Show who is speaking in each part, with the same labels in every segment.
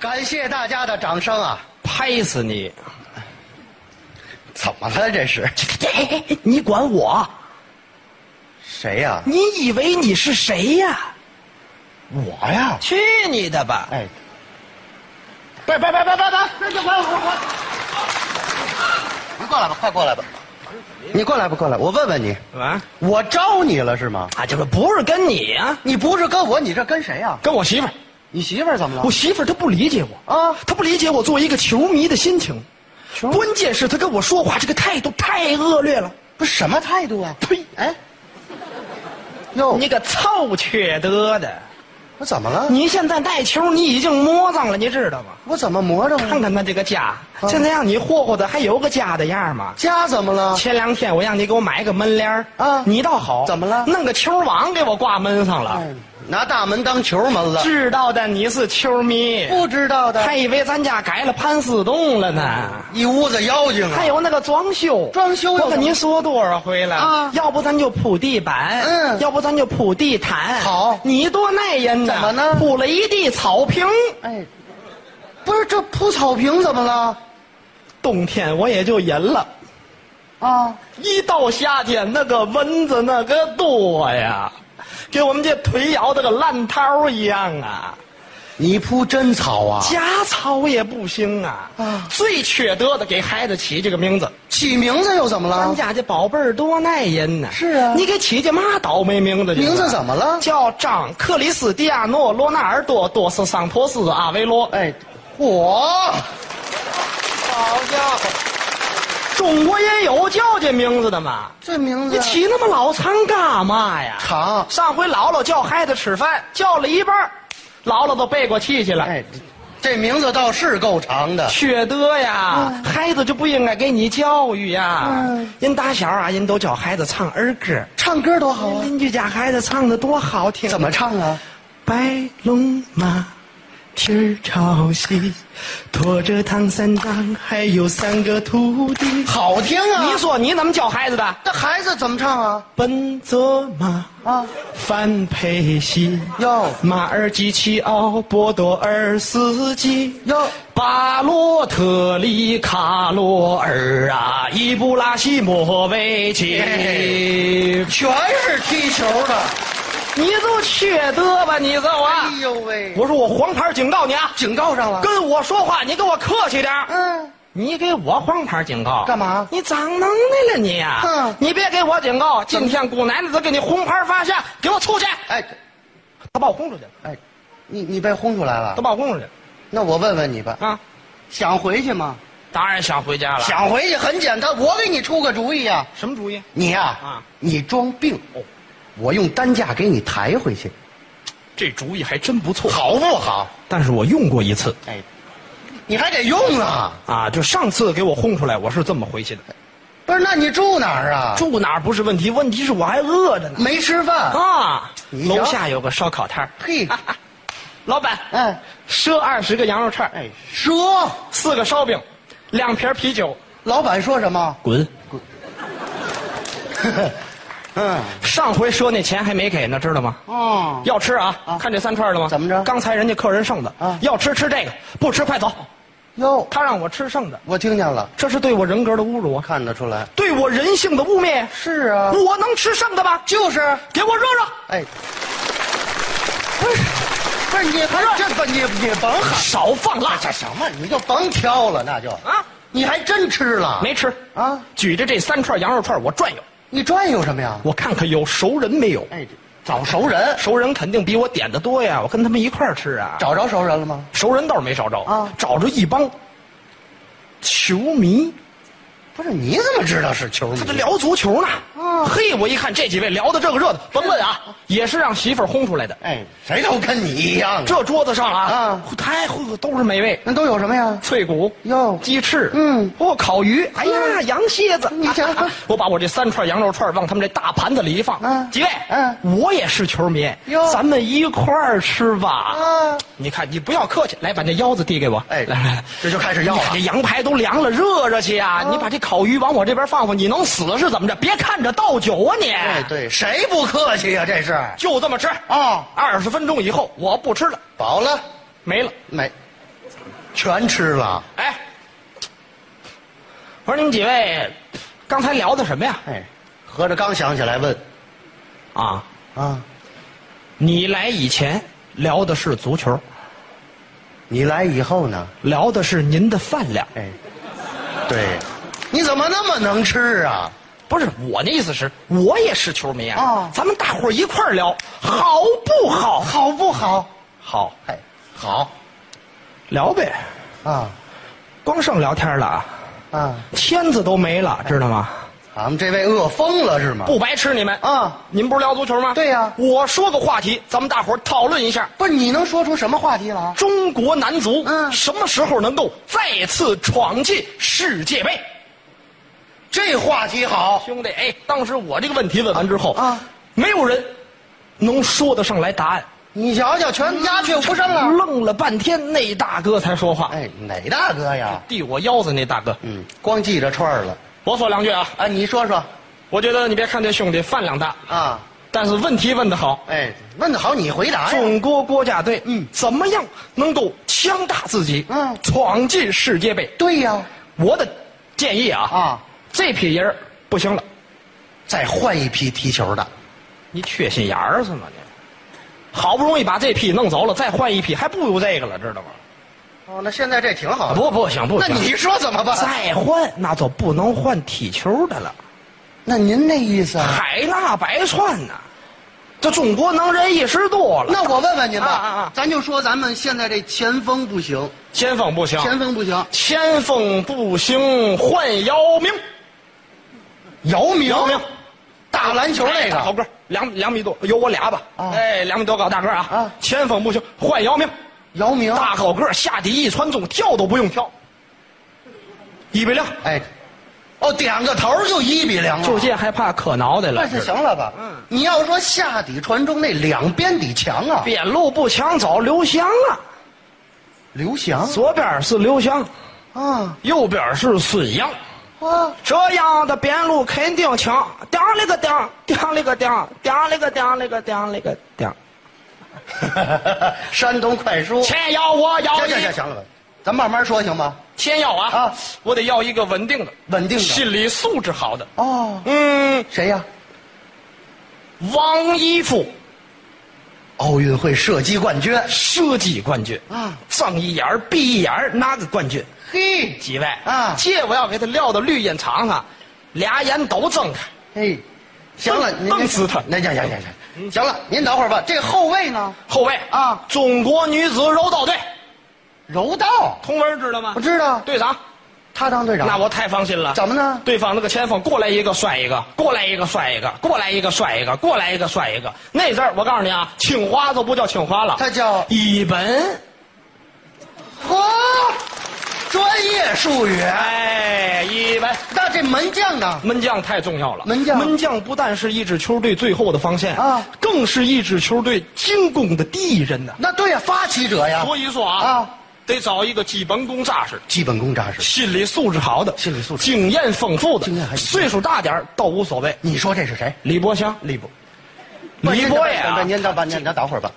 Speaker 1: 感谢大家的掌声啊！
Speaker 2: 拍死你！
Speaker 1: 怎么了这是？
Speaker 2: 哎哎哎，你管我？
Speaker 1: 谁呀、
Speaker 2: 你以为你是谁呀？
Speaker 1: 我呀！
Speaker 2: 去你的吧！
Speaker 1: 哎，别别别别别别！那就我我我，你过来吧，快过来吧！你过来吧，过来！我问问你，
Speaker 2: 啊
Speaker 1: 我招你了是吗？
Speaker 2: 啊，就是不是跟你啊呀、
Speaker 1: 你不是跟我，你这跟谁呀、
Speaker 2: 跟我媳妇儿。
Speaker 1: 你媳妇儿怎么了
Speaker 2: 我？媳妇儿她不理解我
Speaker 1: 啊
Speaker 2: 她不理解我作为一个球迷的心情。
Speaker 1: 球迷
Speaker 2: 关键是她跟我说话这个态度太恶劣了。
Speaker 1: 不是什么态度啊！呸！哎，哟，
Speaker 2: 哦你个臭缺德的！
Speaker 1: 我怎么了？
Speaker 2: 你现在带球，你已经摸上了，你知道吗？
Speaker 1: 我怎么磨着
Speaker 2: 看
Speaker 1: 了？
Speaker 2: 看他这个家，现在让你霍霍的还有个家的样儿吗？
Speaker 1: 家怎么了？
Speaker 2: 前两天我让你给我买个门帘儿
Speaker 1: 啊
Speaker 2: 你倒好，
Speaker 1: 怎么了
Speaker 2: 弄个球网给我挂门上了。
Speaker 1: 哎拿大门当球门了？
Speaker 2: 知道的你是球迷，
Speaker 1: 不知道的，
Speaker 2: 还以为咱家改了潘四洞了呢。
Speaker 1: 一屋子妖精啊
Speaker 2: 还！有那个装修，
Speaker 1: 嗯装修又
Speaker 2: 我
Speaker 1: 怎
Speaker 2: 跟
Speaker 1: 么
Speaker 2: 您说多少回了
Speaker 1: 啊
Speaker 2: 要不咱就铺地板，
Speaker 1: 嗯
Speaker 2: 要不咱就铺地毯。
Speaker 1: 好
Speaker 2: 你多耐人呐！
Speaker 1: 怎么呢
Speaker 2: 铺了一地草坪，
Speaker 1: 哎，不是这铺草坪怎么了？
Speaker 2: 冬天我也就忍了。
Speaker 1: 啊，
Speaker 2: 一到夏天，那个蚊子那个多呀，给我们这腿咬的个烂桃一样啊！
Speaker 1: 你铺真草啊？
Speaker 2: 假草也不行啊！
Speaker 1: 啊
Speaker 2: 最缺德的给孩子起这个名字，
Speaker 1: 起名字又怎么
Speaker 2: 咱
Speaker 1: 了？
Speaker 2: 家这宝贝儿多耐人呐！
Speaker 1: 是啊
Speaker 2: 你给起这嘛倒霉名字去吧？
Speaker 1: 名字怎么了？
Speaker 2: 叫张克里斯蒂亚诺·罗纳尔多·多斯桑托斯·阿维罗。
Speaker 1: 哎，火！
Speaker 2: 好家伙，中国也有叫这名字的嘛？
Speaker 1: 这名
Speaker 2: 你
Speaker 1: 字
Speaker 2: 起那么老长干嘛呀？
Speaker 1: 长
Speaker 2: 上回姥姥叫孩子吃饭，叫了一半儿，姥姥都背过气去了。
Speaker 1: 哎，这名字倒是够长的。
Speaker 2: 缺德呀！孩子就不应该给你教育呀。
Speaker 1: 嗯
Speaker 2: 人打小啊，人都教孩子唱儿歌。
Speaker 1: 唱歌多好啊！
Speaker 2: 邻居家孩子唱的多好听。
Speaker 1: 怎么唱啊？
Speaker 2: 白龙马，蹄儿朝西，驮着唐三藏，还有三个徒弟。
Speaker 1: 好听啊！
Speaker 2: 你说你怎么教孩子的？
Speaker 1: 这孩子怎么唱啊？
Speaker 2: 奔泽马，
Speaker 1: 啊，
Speaker 2: 范佩西，
Speaker 1: 哟
Speaker 2: 马尔基奇奥波多尔斯基。
Speaker 1: 哟，
Speaker 2: 巴洛特利卡罗尔啊，伊布拉希莫维奇，
Speaker 1: 全是踢球的。
Speaker 2: 你就缺德吧，你这我！
Speaker 1: 哎呦喂！
Speaker 2: 我说我黄牌警告你啊，
Speaker 1: 警告上了。
Speaker 2: 跟我说话你给我客气点儿
Speaker 1: 嗯，
Speaker 2: 你给我黄牌警告
Speaker 1: 干嘛
Speaker 2: 你长能耐了你呀、
Speaker 1: 哼
Speaker 2: 你别给我警告，今天姑奶奶都给你红牌发下，给我出去！
Speaker 1: 哎
Speaker 2: 他把我轰出去，
Speaker 1: 哎，你你被轰出来
Speaker 2: 他
Speaker 1: 了？
Speaker 2: 把我轰出去
Speaker 1: 那我问问你吧，
Speaker 2: 啊！
Speaker 1: 想回去吗？
Speaker 2: 当然想回家了。
Speaker 1: 想回去很简单，我给你出个主意呀、
Speaker 2: 什么主意？
Speaker 1: 你呀、
Speaker 2: 啊
Speaker 1: 你装病，
Speaker 2: 哦
Speaker 1: 我用担架给你抬回去，
Speaker 2: 这主意还真不错。
Speaker 1: 好不好？
Speaker 2: 但是我用过一次。
Speaker 1: 哎，你还得用啊！
Speaker 2: 啊，就上次给我轰出来，我是这么回去的。
Speaker 1: 不是，那你住哪儿啊？
Speaker 2: 住哪儿不是问题，问题是我还饿着呢。
Speaker 1: 没吃饭。
Speaker 2: 啊，
Speaker 1: 你瞧
Speaker 2: 楼下有个烧烤摊儿，
Speaker 1: 嘿，
Speaker 2: 老板，
Speaker 1: 嗯，
Speaker 2: 赊二十个羊肉串儿，
Speaker 1: 哎，蛇，
Speaker 2: 四个烧饼，两瓶啤酒，
Speaker 1: 老板说什么？
Speaker 2: 滚！
Speaker 1: 嗯，
Speaker 2: 上回赊那钱还没给呢，知道吗？
Speaker 1: 哦，
Speaker 2: 要吃啊，
Speaker 1: 啊
Speaker 2: 看这三串了吗？
Speaker 1: 怎么着
Speaker 2: 刚才人家客人剩的，
Speaker 1: 啊
Speaker 2: 要吃吃这个，不吃快走。
Speaker 1: 哟，
Speaker 2: 他让我吃剩的，
Speaker 1: 我听见了，
Speaker 2: 这是对我人格的侮辱啊，
Speaker 1: 看得出来。
Speaker 2: 对我人性的污蔑。
Speaker 1: 是啊，
Speaker 2: 我能吃剩的吗？
Speaker 1: 就是，
Speaker 2: 给我热热。
Speaker 1: 哎，不是，不是你，不是这不你你甭喊。
Speaker 2: 少放辣
Speaker 1: 哎这什么？你就甭挑了，那就
Speaker 2: 啊！
Speaker 1: 你还真吃了？
Speaker 2: 没吃
Speaker 1: 啊？
Speaker 2: 举着这三串羊肉串，我转悠，
Speaker 1: 你转悠什么呀？
Speaker 2: 我看看有熟人没有。
Speaker 1: 哎，找熟人，
Speaker 2: 熟人肯定比我点的多呀，我跟他们一块儿吃啊。
Speaker 1: 找着熟人了吗？
Speaker 2: 熟人倒是没找着
Speaker 1: 啊
Speaker 2: 找着一帮球迷，
Speaker 1: 不是，你怎么知道是球迷？
Speaker 2: 他这聊足球呢。
Speaker 1: 啊
Speaker 2: 嘿，我一看这几位聊的这个热的，甭问啊，也是让媳妇儿轰出来的。
Speaker 1: 哎，谁都跟你一样。
Speaker 2: 这桌子上啊，
Speaker 1: 啊
Speaker 2: 太会都是美味，
Speaker 1: 那都有什么呀？
Speaker 2: 脆骨。
Speaker 1: 哟，
Speaker 2: 鸡翅，
Speaker 1: 嗯
Speaker 2: 哦，烤鱼，哎呀，羊蝎子，啊
Speaker 1: 你瞧
Speaker 2: 我把我这三串羊肉串往他们这大盘子里一放，
Speaker 1: 嗯
Speaker 2: 几位，
Speaker 1: 嗯
Speaker 2: 我也是球迷
Speaker 1: 哟，
Speaker 2: 咱们一块儿吃吧。
Speaker 1: 啊，
Speaker 2: 你看，你不要客气，来把这腰子递给我，
Speaker 1: 哎
Speaker 2: 来来来，
Speaker 1: 这就开始要啊哦
Speaker 2: 你
Speaker 1: 了
Speaker 2: 看这羊排都凉了，热热去啊！你把这烤鱼往我这边放放，你能死是怎么着？别看着倒酒啊你！
Speaker 1: 哎，对，谁不客气呀？这是
Speaker 2: 就这么吃。
Speaker 1: 啊，
Speaker 2: 二十分钟以后我不吃了，
Speaker 1: 饱了
Speaker 2: 没了。
Speaker 1: 没？全吃了。
Speaker 2: 哎，我说你们几位刚才聊的什么呀？
Speaker 1: 哎，合着刚想起来问
Speaker 2: 啊，
Speaker 1: 啊，
Speaker 2: 你来以前聊的是足球，
Speaker 1: 你来以后呢？
Speaker 2: 聊的是您的饭量。
Speaker 1: 哎，对，你怎么那么能吃啊？
Speaker 2: 不是我的意思是，我也是球迷啊。
Speaker 1: 哦
Speaker 2: 咱们大伙儿一块儿聊，好不好？
Speaker 1: 好不好？
Speaker 2: 好，
Speaker 1: 哎，好
Speaker 2: 聊呗，
Speaker 1: 啊
Speaker 2: 光剩聊天了啊，
Speaker 1: 啊！
Speaker 2: 签子都没了，知道吗？
Speaker 1: 俺啊们这位饿疯了是吗？
Speaker 2: 不白吃你们！
Speaker 1: 啊，
Speaker 2: 你们不是聊足球吗？
Speaker 1: 对呀
Speaker 2: 我说个话题，咱们大伙儿讨论一下。
Speaker 1: 不是你能说出什么话题来？
Speaker 2: 中国男足，
Speaker 1: 嗯
Speaker 2: 什么时候能够再次闯进世界杯？
Speaker 1: 这话题好，
Speaker 2: 兄弟，哎，当时我这个问题问完之后
Speaker 1: 啊，
Speaker 2: 没有人能说得上来答案，
Speaker 1: 你瞧瞧，全鸦雀无声啊了。
Speaker 2: 愣了半天，那大哥才说话，
Speaker 1: 哎，哪大哥呀？
Speaker 2: 递我腰子那大哥，
Speaker 1: 嗯，光记着串儿了
Speaker 2: 我说两句啊，
Speaker 1: 啊！你说说
Speaker 2: 我觉得你别看这兄弟饭量大，
Speaker 1: 啊？
Speaker 2: 但是问题问得好。
Speaker 1: 哎，问的好，你回答哎呀。
Speaker 2: 中国国家队，
Speaker 1: 嗯
Speaker 2: 怎么样能够强大自己，
Speaker 1: 嗯
Speaker 2: 闯进世界杯？
Speaker 1: 对呀，
Speaker 2: 我的建议啊，
Speaker 1: 啊，
Speaker 2: 这批人儿不行了，
Speaker 1: 再换一批踢球的，
Speaker 2: 你缺心眼儿是吗？你好不容易把这批弄走了，再换一批，还不如这个了，知道吗？
Speaker 1: 哦，那现在这挺好的。
Speaker 2: 啊不不行不
Speaker 1: 那
Speaker 2: 行，
Speaker 1: 你说怎么办？
Speaker 2: 再换那就不能换踢球的了，
Speaker 1: 那您那意思啊？
Speaker 2: 海纳百川呐、这中国能人一时多了，
Speaker 1: 那我问问您吧，
Speaker 2: 啊啊啊
Speaker 1: 咱就说咱们现在这前锋不行，
Speaker 2: 前锋不行，
Speaker 1: 前锋不行，
Speaker 2: 前锋不行，换姚明，
Speaker 1: 姚明，
Speaker 2: 姚明
Speaker 1: 打篮球那
Speaker 2: 哎
Speaker 1: 个，
Speaker 2: 大高个儿，两两米多，有我俩吧？
Speaker 1: 啊
Speaker 2: 哎，两米多高大个儿啊！
Speaker 1: 啊
Speaker 2: 前锋不行，换姚明，
Speaker 1: 姚明，
Speaker 2: 大高个儿下底一传中，跳都不用跳，一比零。
Speaker 1: 哎，哦，点个头就一比零了，
Speaker 2: 就这还怕磕脑袋了
Speaker 1: 那？是行了吧？嗯，你要说下底传中那两边底强啊，
Speaker 2: 边路不抢走刘翔啊，
Speaker 1: 刘翔
Speaker 2: 左边是刘翔，
Speaker 1: 啊
Speaker 2: 右边是孙杨，
Speaker 1: 啊，
Speaker 2: 这样的边路肯定强。顶了个顶，顶了个顶，顶了个顶了个顶了个顶。
Speaker 1: 山东快书，行
Speaker 2: 前腰我要一，
Speaker 1: 行行，行了吧，咱慢慢说行吗？
Speaker 2: 前腰啊
Speaker 1: 啊
Speaker 2: 我得要一个稳定的、
Speaker 1: 稳定的
Speaker 2: 心理素质好的。
Speaker 1: 哦，
Speaker 2: 嗯，
Speaker 1: 谁呀？
Speaker 2: 王一夫
Speaker 1: 奥运会射击冠军
Speaker 2: 射击冠军
Speaker 1: 啊，
Speaker 2: 睁一眼儿闭一眼儿拿个冠军。
Speaker 1: 嘿，
Speaker 2: 几位
Speaker 1: 啊
Speaker 2: 这我要给他撂到绿茵场上，俩眼啊都睁开。
Speaker 1: 嘿，行了，
Speaker 2: 瞪
Speaker 1: 您
Speaker 2: 瞪死他嗯
Speaker 1: 那行行行行，行了，您等会儿吧。这后卫呢？
Speaker 2: 后卫
Speaker 1: 啊
Speaker 2: 中国女子柔道队，
Speaker 1: 柔道，
Speaker 2: 童文知道吗
Speaker 1: 我？知道，
Speaker 2: 队长，
Speaker 1: 他当队长。
Speaker 2: 那我太放心了。
Speaker 1: 怎么呢？
Speaker 2: 对方那个前锋过来一个摔一个，过来一个摔一个，过来一个摔一个，过来一个摔一个。那阵儿我告诉你啊，清华都不叫清华了，
Speaker 1: 他 叫
Speaker 2: 一本。
Speaker 1: 呵，专业术语。
Speaker 2: 哎，一本。
Speaker 1: 那这门将呢？
Speaker 2: 门将太重要了。
Speaker 1: 门将
Speaker 2: 门将不但是一支球队最后的防线
Speaker 1: 啊
Speaker 2: 更是一支球队进攻的第一人呐。
Speaker 1: 那对呀，发起者呀，
Speaker 2: 所以说啊，
Speaker 1: 啊
Speaker 2: 得找一个基本功扎实的、
Speaker 1: 基本功扎实。
Speaker 2: 心理素质好的、
Speaker 1: 心理素质
Speaker 2: 经验丰富的、
Speaker 1: 经验还行
Speaker 2: 岁数大点儿倒无所谓。
Speaker 1: 你说这是谁？
Speaker 2: 李博祥，
Speaker 1: 李博。
Speaker 2: 李博嗯也啊，
Speaker 1: 您等吧，您等等会儿吧，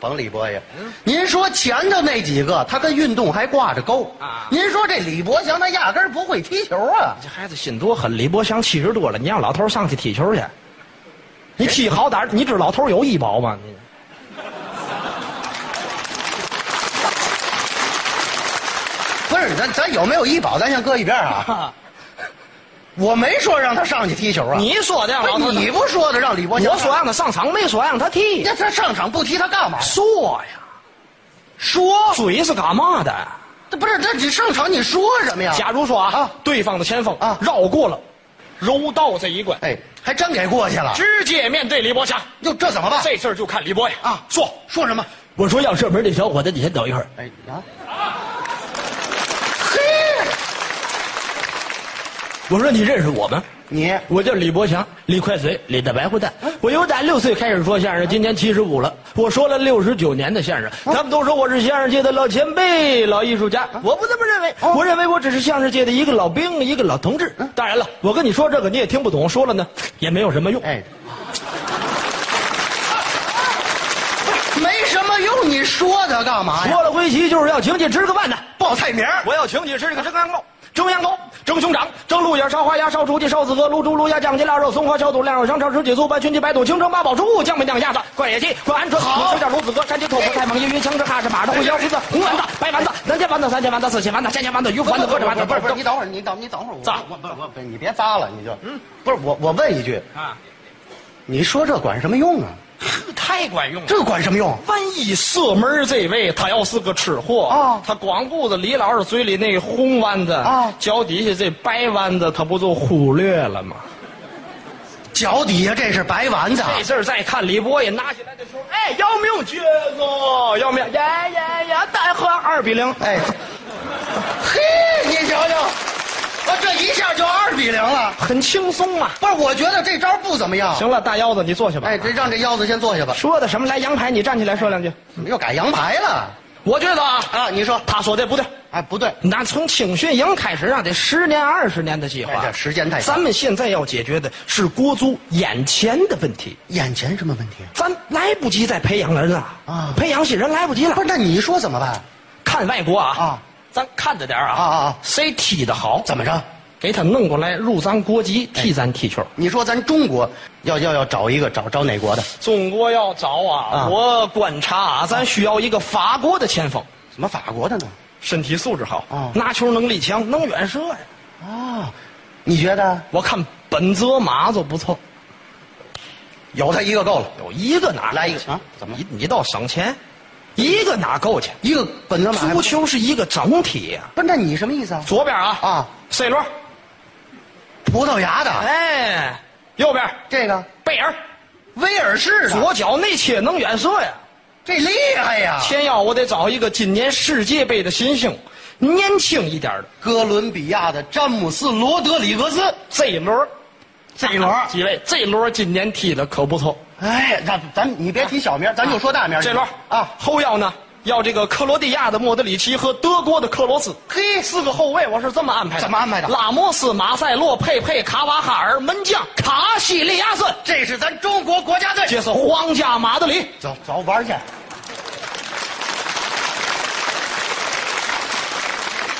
Speaker 1: 甭李博也。您说前头那几个，他跟运动还挂着钩
Speaker 2: 啊
Speaker 1: 您说这李博祥，他压根儿不会踢球啊。
Speaker 2: 这孩子心多狠。李博祥七十多了，你让老头上去踢球去，
Speaker 1: 哎
Speaker 2: 你踢好歹儿，你知道老头有医保吗？你
Speaker 1: 不是，咱咱有没有医保，咱先搁一边儿 啊。我没说让他上去踢球啊。
Speaker 2: 你说的让
Speaker 1: 不
Speaker 2: 老头
Speaker 1: 是，你不说的让李博祥？
Speaker 2: 我说让啊他上场，没说让他踢。
Speaker 1: 那他上场不踢他干嘛呀？
Speaker 2: 说呀，
Speaker 1: 说，
Speaker 2: 嘴是干嘛的？
Speaker 1: 这不是这你上场你说什么呀？
Speaker 2: 假如说啊，
Speaker 1: 啊
Speaker 2: 对方的前锋
Speaker 1: 啊
Speaker 2: 绕过了柔道这一关，
Speaker 1: 哎，还真给过去了。
Speaker 2: 直接面对李博祥，
Speaker 1: 哟，这怎么办？
Speaker 2: 这事儿就看李博呀
Speaker 1: 啊
Speaker 2: 说，
Speaker 1: 说什么？
Speaker 2: 我说要射门的小伙子，你先等一会儿。
Speaker 1: 哎啊！嘿，
Speaker 2: 我说你认识我吗？
Speaker 1: 你
Speaker 2: 我叫李博祥，李快嘴，李大白胡蛋。我由打六岁开始说相声，今年七十五了。我说了六十九年的相声，他们都说我是相声界的老前辈、老艺术家。我不这么认为，我认为我只是相声界的一个老兵、一个老同志。当然了，我跟你说这个你也听不懂，说了呢也没有
Speaker 1: 哎
Speaker 2: 什么用。
Speaker 1: 哎，没什么用，你说它干嘛呀？
Speaker 2: 说了归期就是要请你吃个饭的，
Speaker 1: 报菜名儿，
Speaker 2: 我要请你吃这个蒸羊羔、蒸羊头、蒸熊掌、蒸鹿眼、烧花鸭、烧雏鸡、烧子鹅、卤猪、卤鸭、酱鸡、腊肉、松花小肚、晾肉香肠、十几酥白熏鸡、白肚、清蒸八宝猪、酱焖酱鸭子、灌野鸡、灌鹌鹑、
Speaker 1: 好
Speaker 2: 水饺、卤子鹅、山鸡、豆腐、菜蟒、鱼鱼、枪支、哈士马的、红腰狮子、红丸子、白丸子、南煎丸子、三鲜丸子、四喜丸子、鲜鲜丸子、鱼丸子、
Speaker 1: 不
Speaker 2: 鸽
Speaker 1: 是
Speaker 2: 子丸子、
Speaker 1: 不是不是，
Speaker 2: 豆
Speaker 1: 你等会儿，你等你等会儿，我
Speaker 2: 咋
Speaker 1: 我不是我不是，你别扎了，你就嗯，不是我我问一句，
Speaker 2: 啊，
Speaker 1: 你说这管什么用啊？
Speaker 2: 太管用了。
Speaker 1: 这管什么用？
Speaker 2: 万一射门儿这位他要是个吃货
Speaker 1: 啊
Speaker 2: 他光顾着李老师嘴里那红丸子
Speaker 1: 啊
Speaker 2: 脚底下这白丸子，他不就忽略了吗？
Speaker 1: 脚底下这是白丸子，啊
Speaker 2: 这事儿再看李波也拿起来的时候，哎，要没有节奏，要没有，呀呀呀，单喝二比零，
Speaker 1: 哎，嘿，你瞧瞧，我这一下就二比零了。
Speaker 2: 很轻松嘛。
Speaker 1: 不是，我觉得这招不怎么样。
Speaker 2: 行了，大腰子，你坐下吧。
Speaker 1: 哎，这让这腰子先坐下吧。
Speaker 2: 说的什么来羊排？你站起来说两句。
Speaker 1: 怎么又改羊排了？
Speaker 2: 我觉得啊，
Speaker 1: 啊，你说，
Speaker 2: 他说的不对。
Speaker 1: 哎，不对，
Speaker 2: 那从青训营开始啊，得十年二十年的计
Speaker 1: 哎
Speaker 2: 划
Speaker 1: 这。时间太长
Speaker 2: 咱们现在要解决的是国足眼前的问题，
Speaker 1: 眼前什么问题？
Speaker 2: 咱来不及再培养人了
Speaker 1: 啊
Speaker 2: 培养新人来不及了
Speaker 1: 不。是，那你说怎么办？
Speaker 2: 看外国啊，
Speaker 1: 啊
Speaker 2: 咱看着点儿啊
Speaker 1: 啊啊啊
Speaker 2: 谁踢得好，
Speaker 1: 怎么着？
Speaker 2: 给他弄过来入咱国籍，替咱踢球。
Speaker 1: 你说咱中国要要要找一个找找哪国的？
Speaker 2: 中国要找啊
Speaker 1: 啊
Speaker 2: 我观察啊，咱需要一个法国的前锋，
Speaker 1: 怎么法国的呢？
Speaker 2: 身体素质好，
Speaker 1: 哦
Speaker 2: 拿球能力强，能远射呀。
Speaker 1: 哦，你觉得
Speaker 2: 我看本泽马就不错，
Speaker 1: 有他一个够了？
Speaker 2: 有一个哪
Speaker 1: 来一个啊怎么了
Speaker 2: 你你倒省钱，一个哪够去？
Speaker 1: 一个本泽马还
Speaker 2: 足
Speaker 1: 不去？
Speaker 2: 球是一个整体呀、
Speaker 1: 不是，那你什么意思啊？
Speaker 2: 左边啊
Speaker 1: 啊
Speaker 2: ，C 罗，
Speaker 1: 葡萄牙的
Speaker 2: 哎，右边
Speaker 1: 这个
Speaker 2: 贝尔，
Speaker 1: 威尔士的，
Speaker 2: 左脚内切能远射呀。
Speaker 1: 这厉害呀！
Speaker 2: 先要我得找一个今年世界杯的新星，年轻一点的。
Speaker 1: 哥伦比亚的詹姆斯·罗德里格斯，
Speaker 2: 这一轮儿，啊
Speaker 1: 这一轮
Speaker 2: 几位，这一轮儿今年踢的可不错。
Speaker 1: 哎，咱咱你别提小名，咱就说大名。
Speaker 2: 这轮儿
Speaker 1: 啊，
Speaker 2: 后腰呢要这个克罗地亚的莫德里奇和德国的克罗斯。
Speaker 1: 嘿，
Speaker 2: 四个后卫我是这么安排的，
Speaker 1: 怎么安排的
Speaker 2: 拉莫斯、马塞洛、佩佩、卡瓦哈尔，门将卡西利亚森，
Speaker 1: 这是咱中国国家队。
Speaker 2: 这是皇家马德里。
Speaker 1: 走走玩去。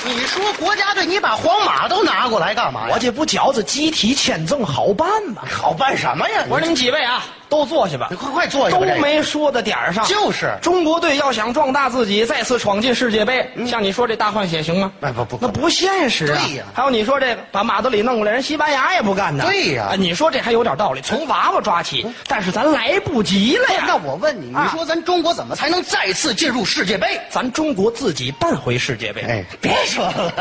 Speaker 1: 你说国家队，你把皇马都拿过来干嘛呀？
Speaker 2: 我这不觉着集体签证好办吗？
Speaker 1: 好办什么呀？
Speaker 2: 我说你们几位啊，都坐下吧
Speaker 1: 你。快快坐下
Speaker 2: 都
Speaker 1: 吧。这个
Speaker 2: 没说到点儿上，
Speaker 1: 就是
Speaker 2: 中国队要想壮大自己，再次闯进世界杯，像你说这大换血行吗？
Speaker 1: 嗯哎不不
Speaker 2: 那不现实啊！
Speaker 1: 对呀
Speaker 2: 还有你说这个把马德里弄过来，人西班牙也不干呢。
Speaker 1: 对呀嗯
Speaker 2: 啊你说这还有点道理，从娃娃抓起，但是咱来不及了呀。
Speaker 1: 那我问你，你
Speaker 2: 啊
Speaker 1: 说咱中国怎么才能再次进入世界杯？
Speaker 2: 咱中国自己办回世界杯，
Speaker 1: 哎，别说了。